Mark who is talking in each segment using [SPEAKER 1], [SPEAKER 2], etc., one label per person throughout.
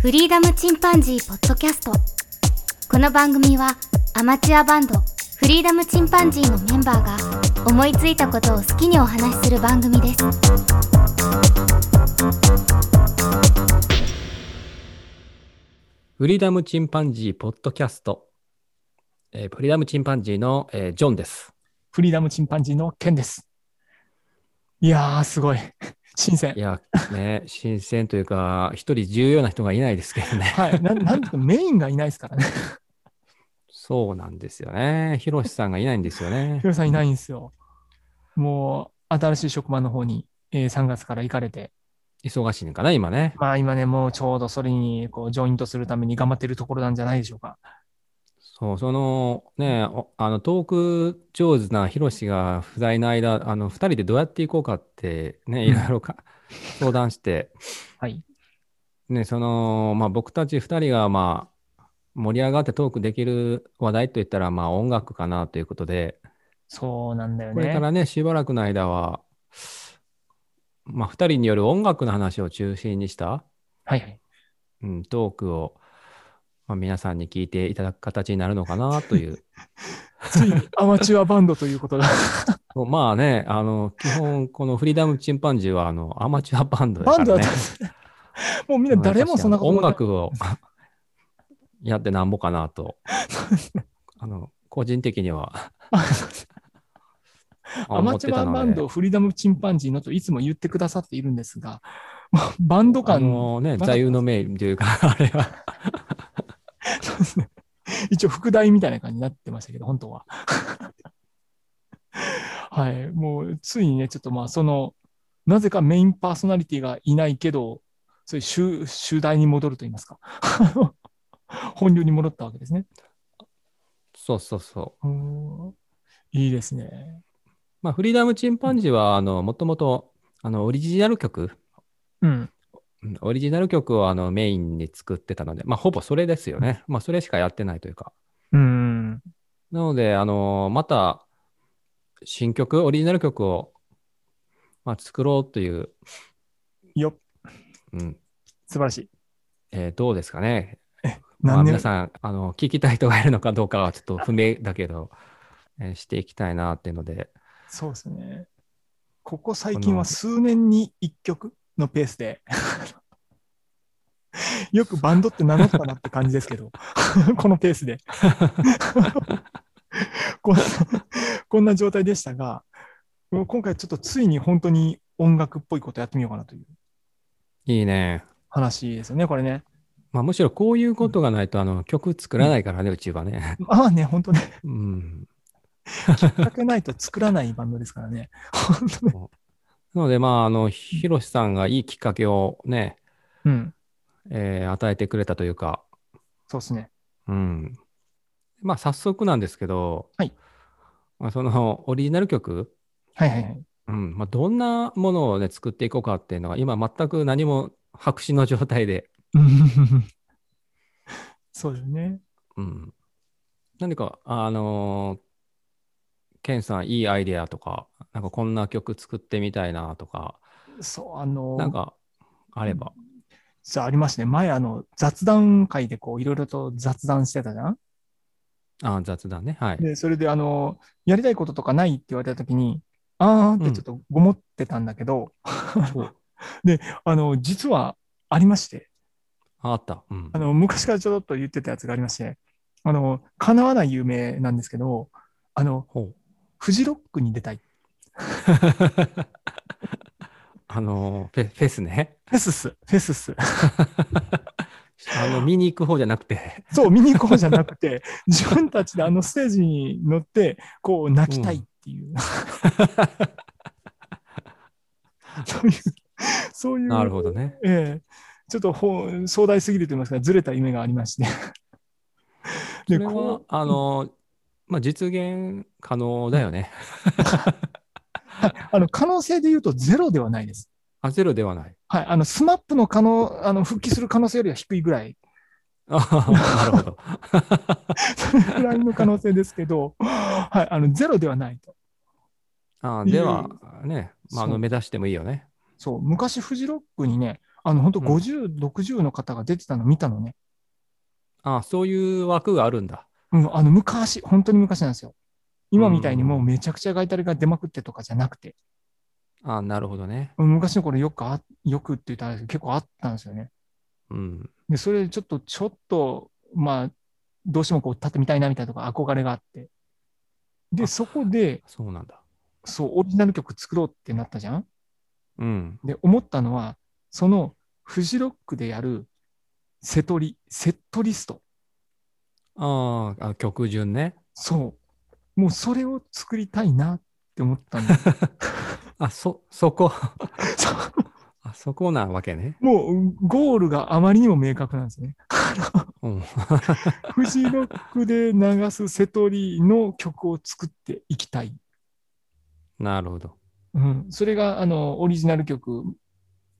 [SPEAKER 1] フリーダムチンパンジーポッドキャストこの番組はアマチュアバンドフリーダムチンパンジーのメンバーが思いついたことを好きにお話しする番組です
[SPEAKER 2] フリーダムチンパンジーポッドキャスト。えーフリーダムチンパンジーの、えージョンです。
[SPEAKER 3] フリーダムチンパンジーのケンです。いやー、すごい。 新鮮
[SPEAKER 2] い。や、ね、 新鮮というか、一人重要な人がいないですけどね。
[SPEAKER 3] はい。ななんとメインがいないですからね。
[SPEAKER 2] そうなんですよね。ヒロシさんがいないんですよね
[SPEAKER 3] ヒ。ロさんいないんですよ。もう、新しい職場の方に、えー3月から行かれて、
[SPEAKER 2] 忙しいのかな、今ね。
[SPEAKER 3] まあ今ね、もうちょうどそれに、こう、ジョイントするために頑張ってるところなんじゃないでしょうか。
[SPEAKER 2] そう、その、ね、おあの、トーク上手なヒロシが不在の間、あの、二人でどうやっていこうかって、ね、いろいろ か相談して、
[SPEAKER 3] はい。
[SPEAKER 2] ね、その、まあ、僕たち二人が、まあ、盛り上がってトークできる話題といったら、まあ、音楽かなということで、
[SPEAKER 3] そうなんだよ
[SPEAKER 2] これ
[SPEAKER 3] ね
[SPEAKER 2] か。らね、しばらくの間は、まあ、2人による音楽の話を中心にした、
[SPEAKER 3] はいはい。
[SPEAKER 2] うん、トークを、まあ、皆さんに聞いていただく形になるのかなと いう。
[SPEAKER 3] ついにアマチュアバンドとい うことが。
[SPEAKER 2] そうまあね、あの、基本、このフリーダムチンパンジーは、あの、アマチュアバンドだ
[SPEAKER 3] バ
[SPEAKER 2] か
[SPEAKER 3] ンド
[SPEAKER 2] ら
[SPEAKER 3] だ
[SPEAKER 2] ね
[SPEAKER 3] ったん。ですね。 もうみんな誰もそんなこと
[SPEAKER 2] 音
[SPEAKER 3] 思って
[SPEAKER 2] 楽を やってなんぼかなと。あの、個人的には
[SPEAKER 3] あそうです ア
[SPEAKER 2] 思
[SPEAKER 3] マ
[SPEAKER 2] っ
[SPEAKER 3] チ
[SPEAKER 2] て
[SPEAKER 3] ュ
[SPEAKER 2] た
[SPEAKER 3] ア
[SPEAKER 2] ので。
[SPEAKER 3] バンド、フリーダムチンパンジーのといつも言ってくださっているんですが、もうバンド
[SPEAKER 2] あ
[SPEAKER 3] 感
[SPEAKER 2] のね、
[SPEAKER 3] なかった
[SPEAKER 2] 座右の銘というか、 あれは。
[SPEAKER 3] そうですね。一応、副題みたいな感じになってましたけど、本当は。 はい。もう、ついにね、ちょっとまあ、その、なぜかメインパーソナリティがいないけど、そういう集集大に戻ると言いますか。 あの本流に戻ったわけですね。
[SPEAKER 2] そうそうそう。
[SPEAKER 3] うーんいいですね。
[SPEAKER 2] まあ、フリーダムチンパンジーは、あの、もともと、あの、オリジナル曲、
[SPEAKER 3] うん。
[SPEAKER 2] うんオリジナル曲をあのメインに作ってたので、まあ、ほぼそれですよね。まあ、それしかやってないというか。
[SPEAKER 3] うん。
[SPEAKER 2] なので、あの、また、新曲、オリジナル曲を、まあ、作ろうという、
[SPEAKER 3] よっ
[SPEAKER 2] うん、
[SPEAKER 3] 素晴らしい。
[SPEAKER 2] えーどうですかね。まあ、
[SPEAKER 3] 何年
[SPEAKER 2] 皆さん、あの、聞きたい人がいるのかどうかはちょっと不明だけど、えーしていきたいなっていうので、
[SPEAKER 3] そうですね。ここ最近は数年に1曲のペースで、 よくバンドって名乗ったなって感じですけど、 このペースで こんな。こんな状態でしたが、もう今回ちょっとついに本当に音楽っぽいことやってみようかなという
[SPEAKER 2] いいね。
[SPEAKER 3] 話ですよね、これね。
[SPEAKER 2] まあ、むしろこういうことがないと、あの、曲作らないからね、うちはね。
[SPEAKER 3] まあね、本当ね、
[SPEAKER 2] うん。
[SPEAKER 3] かけないと作らないバンドですからね。本当ね。
[SPEAKER 2] なので、まあ、あの、ヒロシさんがいいきっかけをね、
[SPEAKER 3] うん、
[SPEAKER 2] えー与えてくれたというか、
[SPEAKER 3] そうですね。
[SPEAKER 2] うん。まあ、早速なんですけど、
[SPEAKER 3] はい
[SPEAKER 2] まあ、その、オリジナル曲、
[SPEAKER 3] はいはい はい。
[SPEAKER 2] うん。まあ、どんなものをね、作っていこうかっていうのが、今、全く何も白紙の状態で、
[SPEAKER 3] そうですね。
[SPEAKER 2] うん。何か、あのーケンさん、いいアイデアとか、なんか、こんな曲作ってみたいなとか、
[SPEAKER 3] そう、あの、
[SPEAKER 2] なんか、あれば。
[SPEAKER 3] そう、ありますね。前、あの、雑談会でこう、いろいろと雑談してたじゃん
[SPEAKER 2] あ、雑談ね。はい。
[SPEAKER 3] で、それで、あの、やりたいこととかないって言われたときに、あーってちょっとごもってたんだけど、
[SPEAKER 2] そう
[SPEAKER 3] あの、実はありまして、
[SPEAKER 2] ああった。うん
[SPEAKER 3] あ。の、昔からちょろっと言ってたやつがありまして、あの、叶わない夢なんですけど、あの、
[SPEAKER 2] ほう。
[SPEAKER 3] フジロックに出たい。
[SPEAKER 2] あのフェ、フェスね。
[SPEAKER 3] フェスス、フェスス。
[SPEAKER 2] あの、見に行く方じゃなくて、
[SPEAKER 3] そう、見に行こうじゃなくて、 自分たちであのステージに乗って、こう、泣きたいっていう。 そういう、そういう、
[SPEAKER 2] なるほどね。
[SPEAKER 3] ええちょっとほう壮大すぎると言いますか、ずれた夢がありまして。
[SPEAKER 2] そ
[SPEAKER 3] で、
[SPEAKER 2] れは
[SPEAKER 3] こ、
[SPEAKER 2] あの、まあ、実現可能だよね。
[SPEAKER 3] う、あの、可能性で言うとゼロではないです。
[SPEAKER 2] あ、ゼロではない。
[SPEAKER 3] はい、あの、スマップの可能、あの、復帰する可能性よりは低いぐらい、
[SPEAKER 2] あなるほど。
[SPEAKER 3] それぐらいの可能性ですけど、はい、あの、ゼロではないと。
[SPEAKER 2] あでは、ね、まあ、あ
[SPEAKER 3] そ
[SPEAKER 2] の、
[SPEAKER 3] う
[SPEAKER 2] 目指してもいいよね。
[SPEAKER 3] そう、昔フジロックにね、あの、本当
[SPEAKER 2] うん
[SPEAKER 3] 50、60の方が出てたの見たのね。
[SPEAKER 2] あ、そういう枠があるんだ。
[SPEAKER 3] うん、あの、昔、本当に昔なんですよ。今みたいに
[SPEAKER 2] うん
[SPEAKER 3] もうめちゃくちゃガイタレが出まくってとかじゃなくて、
[SPEAKER 2] あ、なるほどね。
[SPEAKER 3] うん昔の頃よくあ、よくって言ったらあれですけど結構あったんですよね。
[SPEAKER 2] うん。
[SPEAKER 3] で、それでちょっと、ちょっと、まあ、どうしてもこう立ってみたいなみたいなとか憧れがあって。で、
[SPEAKER 2] あ
[SPEAKER 3] そこで、
[SPEAKER 2] そうなんだ。
[SPEAKER 3] そう、オリジナル曲作ろうってなったじゃん
[SPEAKER 2] うん。
[SPEAKER 3] で、思ったのは、その、フジロックでやる、セトリ、セットリスト。
[SPEAKER 2] あーあ、曲順ね。
[SPEAKER 3] そう。もうそれを作りたいなって思ったんだ。
[SPEAKER 2] あ、そ、そこ。
[SPEAKER 3] そう
[SPEAKER 2] あ、そこなわけね。
[SPEAKER 3] もう、ゴールがあまりにも明確なんですね。
[SPEAKER 2] うん。
[SPEAKER 3] フジロックで流すセトリの曲を作っていきたい。
[SPEAKER 2] なるほど。
[SPEAKER 3] うん、それがあのオリジナル曲、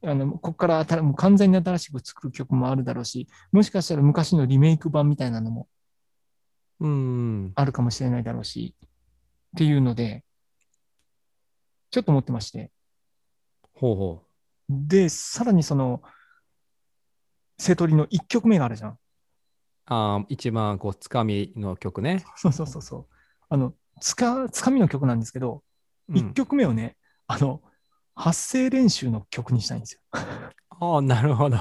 [SPEAKER 3] あのここから新もう完全に新しく作る曲もあるだろうし、もしかしたら昔のリメイク版みたいなのも
[SPEAKER 2] うん。
[SPEAKER 3] あるかもしれないだろうし、っていうので、ちょっと思ってまして。
[SPEAKER 2] ほうほ
[SPEAKER 3] で、さらにその、セトリの1曲目があるじゃん。
[SPEAKER 2] う。あー一番こう、つかみの曲ね。
[SPEAKER 3] そうそうそうそう。あの、つか、つかみの曲なんですけど、
[SPEAKER 2] うん
[SPEAKER 3] 1曲目をね、あの、発声練習の曲にしたいんですよ。
[SPEAKER 2] ああ、なるほど。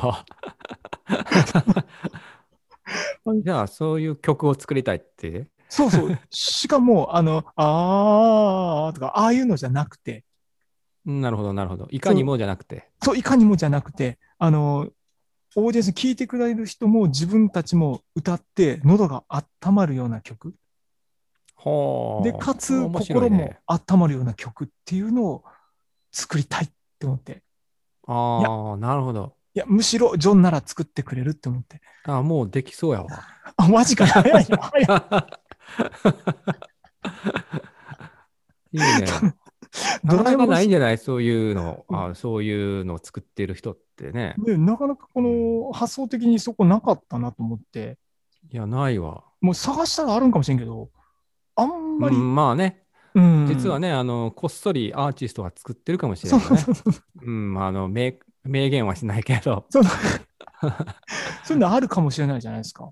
[SPEAKER 2] じゃあ、そういう曲を作りたいって。
[SPEAKER 3] そうそう。 しかも、あの、あーとか、ああいうのじゃなくて、
[SPEAKER 2] うんなるほど、なるほど。いかにもじゃなくて。
[SPEAKER 3] そう、いかにもじゃなくて、あの、オーディエンス聞いてくれる人も自分たちも歌って、喉が温まるような曲。
[SPEAKER 2] ほう。
[SPEAKER 3] で、かつ、
[SPEAKER 2] 面白
[SPEAKER 3] 心
[SPEAKER 2] い
[SPEAKER 3] も
[SPEAKER 2] ね。
[SPEAKER 3] 温まるような曲っていうのを作りたいって思って。
[SPEAKER 2] ああ、なるほど。
[SPEAKER 3] いや、むしろ、ジョンなら作ってくれるって思って。
[SPEAKER 2] ああ、もうできそうやわ。
[SPEAKER 3] あ、マジか。早い よ早い。
[SPEAKER 2] いいね。
[SPEAKER 3] ド
[SPEAKER 2] な
[SPEAKER 3] ラ
[SPEAKER 2] か
[SPEAKER 3] え
[SPEAKER 2] な
[SPEAKER 3] も
[SPEAKER 2] か
[SPEAKER 3] んの
[SPEAKER 2] ないんじゃないそういうの、あそういうのを作ってる人ってね。
[SPEAKER 3] ね、なかなかこの発想的にそこなかったなと思って、
[SPEAKER 2] いや、ないわ。
[SPEAKER 3] もう探したらあるんかもしれんけど、あんまり、
[SPEAKER 2] うんまあね、
[SPEAKER 3] うん
[SPEAKER 2] 実はね、あの、こっそりアーティストが作ってるかもしれない、ね。
[SPEAKER 3] そうそうそう
[SPEAKER 2] うん、あの、明明言はしないけど。
[SPEAKER 3] そうそういうのあるかもしれないじゃないですか。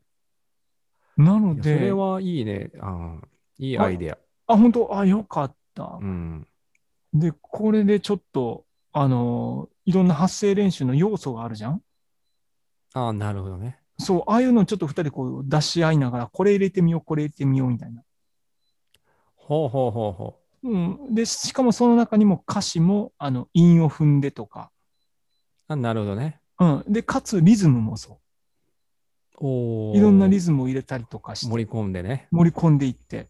[SPEAKER 3] なの
[SPEAKER 2] いや
[SPEAKER 3] で、
[SPEAKER 2] それはいいね。あーいいアイデア。
[SPEAKER 3] あ、本当あ、よかった
[SPEAKER 2] う。ん。
[SPEAKER 3] で、これでちょっと、あのーいろんな発声練習の要素があるじゃん
[SPEAKER 2] ああ、なるほどね。
[SPEAKER 3] そう、ああいうのをちょっと二人こう出し合いながら、これ入れてみよう、これ入れてみようみたいな。
[SPEAKER 2] ほうほうほうほ
[SPEAKER 3] うん。で、しかもその中にも歌詞も、あの、韻を踏んでとか、
[SPEAKER 2] う。あなるほどね。
[SPEAKER 3] うん。で、かつリズムもそ
[SPEAKER 2] お
[SPEAKER 3] う。いろんなリ
[SPEAKER 2] ズ
[SPEAKER 3] ズムを入れたりとかして。
[SPEAKER 2] 盛り込んでね。
[SPEAKER 3] 盛り込んでいって。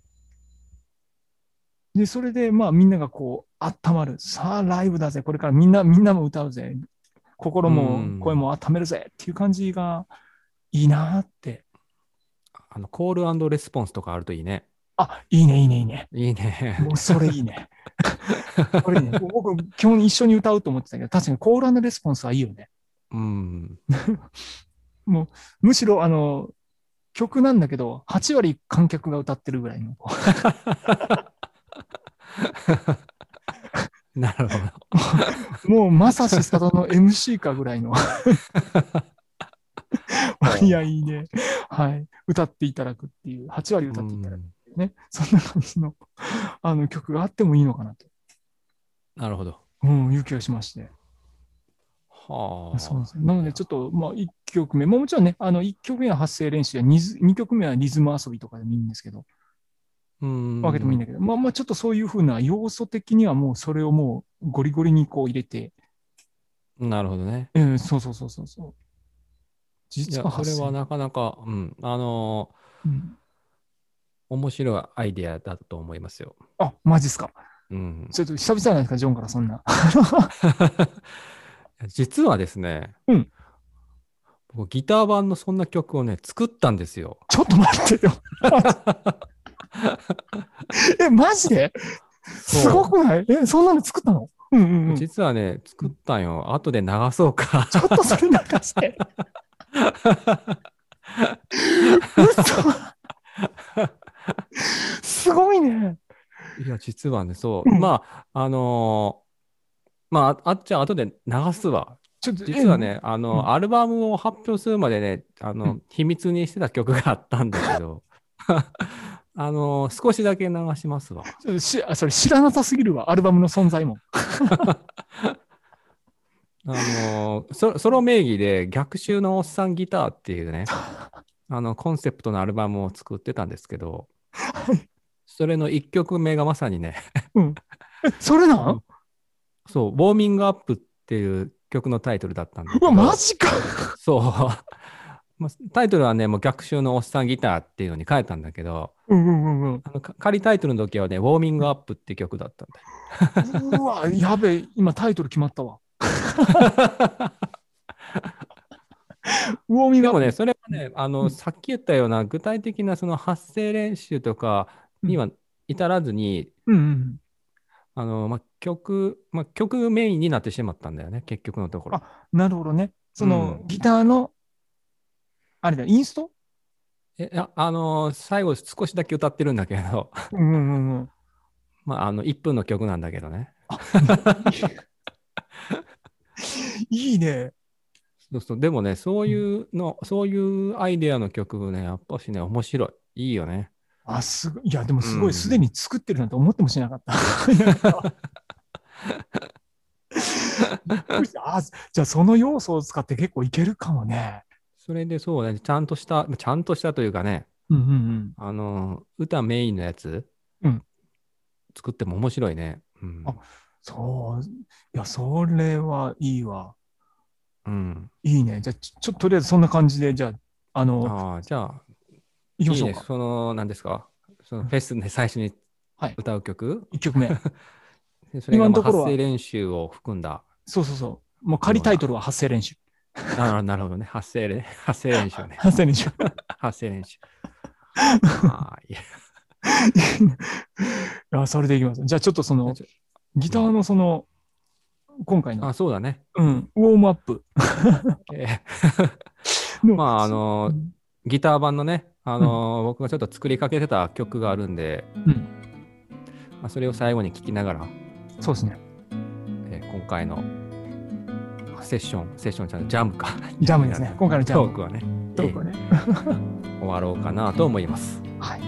[SPEAKER 3] で、それで、まあ、みんながこう、温まる。さあ、ライブだぜ。これからみんな、みんなも歌うぜ。心
[SPEAKER 2] うん
[SPEAKER 3] も、声も温めるぜ。っていう感じが、いいなって。
[SPEAKER 2] あの、コールレスポンスとかあるといいね。
[SPEAKER 3] あ、いいね、いいね、いいね。
[SPEAKER 2] いいね。
[SPEAKER 3] もう、それいいね。これね、僕、基本一緒に歌うと思ってたけど、確かにコールレスポンスはいいよね。
[SPEAKER 2] うん。
[SPEAKER 3] むしろ、あの、曲なんだけど、8割観客が歌ってるぐらいの。
[SPEAKER 2] なるほど。
[SPEAKER 3] もう、まさしさとの MC かぐらいの割合で、はい、歌っていただくっていう、8割歌っていただ
[SPEAKER 2] うん
[SPEAKER 3] くね、そんな感じのあの曲があってもいいのかなと、
[SPEAKER 2] なるほど。
[SPEAKER 3] うん、いう気がしまして。
[SPEAKER 2] はあ。
[SPEAKER 3] そうですねなので、ちょっと、まあ、1曲目、まあ、もちろんね、あの1曲目は発声練習や2、2曲目はリズム遊びとかでもいいんですけど、
[SPEAKER 2] うん。
[SPEAKER 3] 分けてもいいんだけど、まあまあ、ちょっとそういうふうな要素的には、もうそれをもうゴリゴリにこう入れて、
[SPEAKER 2] なるほどね。
[SPEAKER 3] うん、そうそうそうそうそう。
[SPEAKER 2] い
[SPEAKER 3] 実
[SPEAKER 2] や、
[SPEAKER 3] は
[SPEAKER 2] そ
[SPEAKER 3] 発
[SPEAKER 2] れ
[SPEAKER 3] 声
[SPEAKER 2] はなかなか、うん。あのー
[SPEAKER 3] うん
[SPEAKER 2] 面白いアイデアだと思いますよ。
[SPEAKER 3] あ、マジっすか。
[SPEAKER 2] うん。
[SPEAKER 3] ちょっと久々じゃないですか、ジョンからそんな。
[SPEAKER 2] 実はですね、
[SPEAKER 3] うん
[SPEAKER 2] 僕ギター版のそんな曲をね、作ったんですよ。
[SPEAKER 3] ちょっと待ってよ。 え、マジで
[SPEAKER 2] そう
[SPEAKER 3] すごくないえ、そんなの作ったのうんうんうん。ち
[SPEAKER 2] 実はね、作ったんよ。後で流そうか。
[SPEAKER 3] ょっとそれ流して。嘘すごいね。
[SPEAKER 2] いや、実はね、そう。
[SPEAKER 3] うん
[SPEAKER 2] まあ、あのーまあ、ああっちゃん後で流すわ。
[SPEAKER 3] ちょっと、
[SPEAKER 2] 実はね、あ
[SPEAKER 3] うん
[SPEAKER 2] の、アルバムを発表するまでね、あ
[SPEAKER 3] う
[SPEAKER 2] の
[SPEAKER 3] ん、
[SPEAKER 2] 秘密にしてた曲があったんだけど、 あの、少しだけ流しますわ。
[SPEAKER 3] え。ちょっとしあそれ知らなさすぎるわ、アルバムの存在も。
[SPEAKER 2] あの、ソソロ名義で逆襲のおっさんギターっていう ね、あの、コンセプトのアルバムを作ってたんですけど、それの1曲目がまさにね、
[SPEAKER 3] えそれなん
[SPEAKER 2] そう、ウォーミングアップっていう曲のタイトルだったんだけ
[SPEAKER 3] う
[SPEAKER 2] ど
[SPEAKER 3] わ、マジか
[SPEAKER 2] そう。 まあタイトルはね、もう逆襲のおっさんギターっていうのに変えたんだけど、
[SPEAKER 3] うんうんうんうん。
[SPEAKER 2] あのか仮タイトルの時はね、ウォーミングアップって曲だ ったんだよ。
[SPEAKER 3] うわ、やべえ、今タイトル決まったわ。ウォーミング
[SPEAKER 2] で
[SPEAKER 3] アッ
[SPEAKER 2] も
[SPEAKER 3] プ
[SPEAKER 2] ね、それはね、あ
[SPEAKER 3] う
[SPEAKER 2] の、
[SPEAKER 3] ん
[SPEAKER 2] さっき言ったような具体的なその発声練習とかには至らずに、
[SPEAKER 3] うんうん
[SPEAKER 2] あの、まあ、曲、まあ、曲メインになってしまったんだよね、結局のところ。
[SPEAKER 3] うん。なるほどね。その、
[SPEAKER 2] うん
[SPEAKER 3] ギターの、あれだ、インスト
[SPEAKER 2] え、ああの、最後少しだけ歌ってるんだけど、
[SPEAKER 3] うんうんうんうん。
[SPEAKER 2] まあ、あの、1分の曲なんだけどね。
[SPEAKER 3] いいね。
[SPEAKER 2] そうそう、でもね、そういうの、そういうアイデアの曲ね、やっぱしね、面白い。いいよね。
[SPEAKER 3] あ、すごい。いや、でもすご
[SPEAKER 2] う
[SPEAKER 3] い、
[SPEAKER 2] ん
[SPEAKER 3] すでに作ってるなんて思ってもしなか った。びっくりしたあじゃあその要素を使って結構いけるかもね。
[SPEAKER 2] それでそうね、ちゃんとした、ちゃんとしたというかね、
[SPEAKER 3] うんうん
[SPEAKER 2] あの、歌メインのやつ、
[SPEAKER 3] うん
[SPEAKER 2] 作っても面白いね。うん。
[SPEAKER 3] あそう。いや、それはいいわ。
[SPEAKER 2] うん、
[SPEAKER 3] いいね。じゃあ、ちょちょっととりあえずそんな感じで、じゃあ、あの、
[SPEAKER 2] ああ、じゃあ、
[SPEAKER 3] いきま
[SPEAKER 2] い
[SPEAKER 3] し
[SPEAKER 2] い
[SPEAKER 3] ょう
[SPEAKER 2] ね。
[SPEAKER 3] か。
[SPEAKER 2] その、何ですか、そのフェスで最初に
[SPEAKER 3] はい
[SPEAKER 2] 歌う曲、
[SPEAKER 3] 1曲目。
[SPEAKER 2] でそれが
[SPEAKER 3] 今
[SPEAKER 2] ま
[SPEAKER 3] の
[SPEAKER 2] あ
[SPEAKER 3] ところ
[SPEAKER 2] 発
[SPEAKER 3] は
[SPEAKER 2] 声練習を含んだ。
[SPEAKER 3] そうそうそう。もう仮タイトルは発声練習。
[SPEAKER 2] なるなるほどね。発声練、 発声練習ね。
[SPEAKER 3] 発声練習。
[SPEAKER 2] 発声練 習。ああ、いや。
[SPEAKER 3] いや、それでいきます。じゃあ、ちょっとその、ギターのその、今回の、
[SPEAKER 2] あ、そうだね。
[SPEAKER 3] うん、ウォームアップ
[SPEAKER 2] えー
[SPEAKER 3] の。
[SPEAKER 2] まあ、あの、ギター版のね、あのー僕がちょっと作りかけてた曲があるんで、
[SPEAKER 3] うん、
[SPEAKER 2] まあ、それを最後に聴きながら、
[SPEAKER 3] そうですね。
[SPEAKER 2] えー今回のセッション、セッションじゃない、ジャムか、
[SPEAKER 3] ジャムですね。今回のジャ
[SPEAKER 2] ト
[SPEAKER 3] ム
[SPEAKER 2] ー。クはね、
[SPEAKER 3] トークはね。
[SPEAKER 2] えー終わろうかなと思います。
[SPEAKER 3] はい。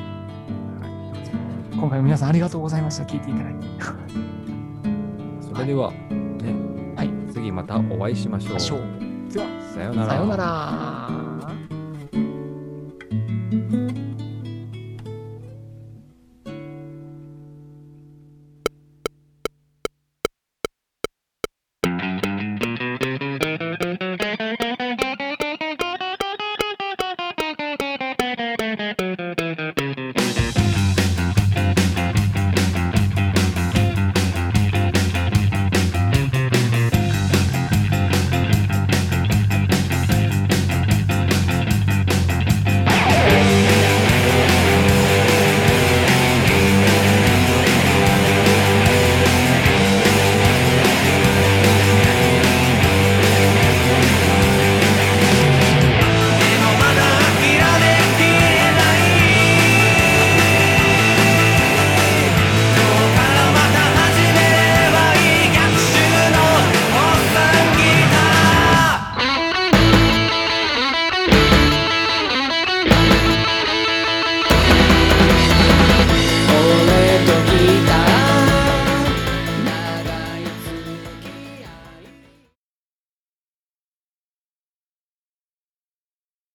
[SPEAKER 3] 今回も皆さんありがとうございました。聞いていただいて。
[SPEAKER 2] それでは、ね
[SPEAKER 3] はい
[SPEAKER 2] 次またお会いしましょう。
[SPEAKER 3] ましょう。では、
[SPEAKER 2] さよう
[SPEAKER 3] さようなら。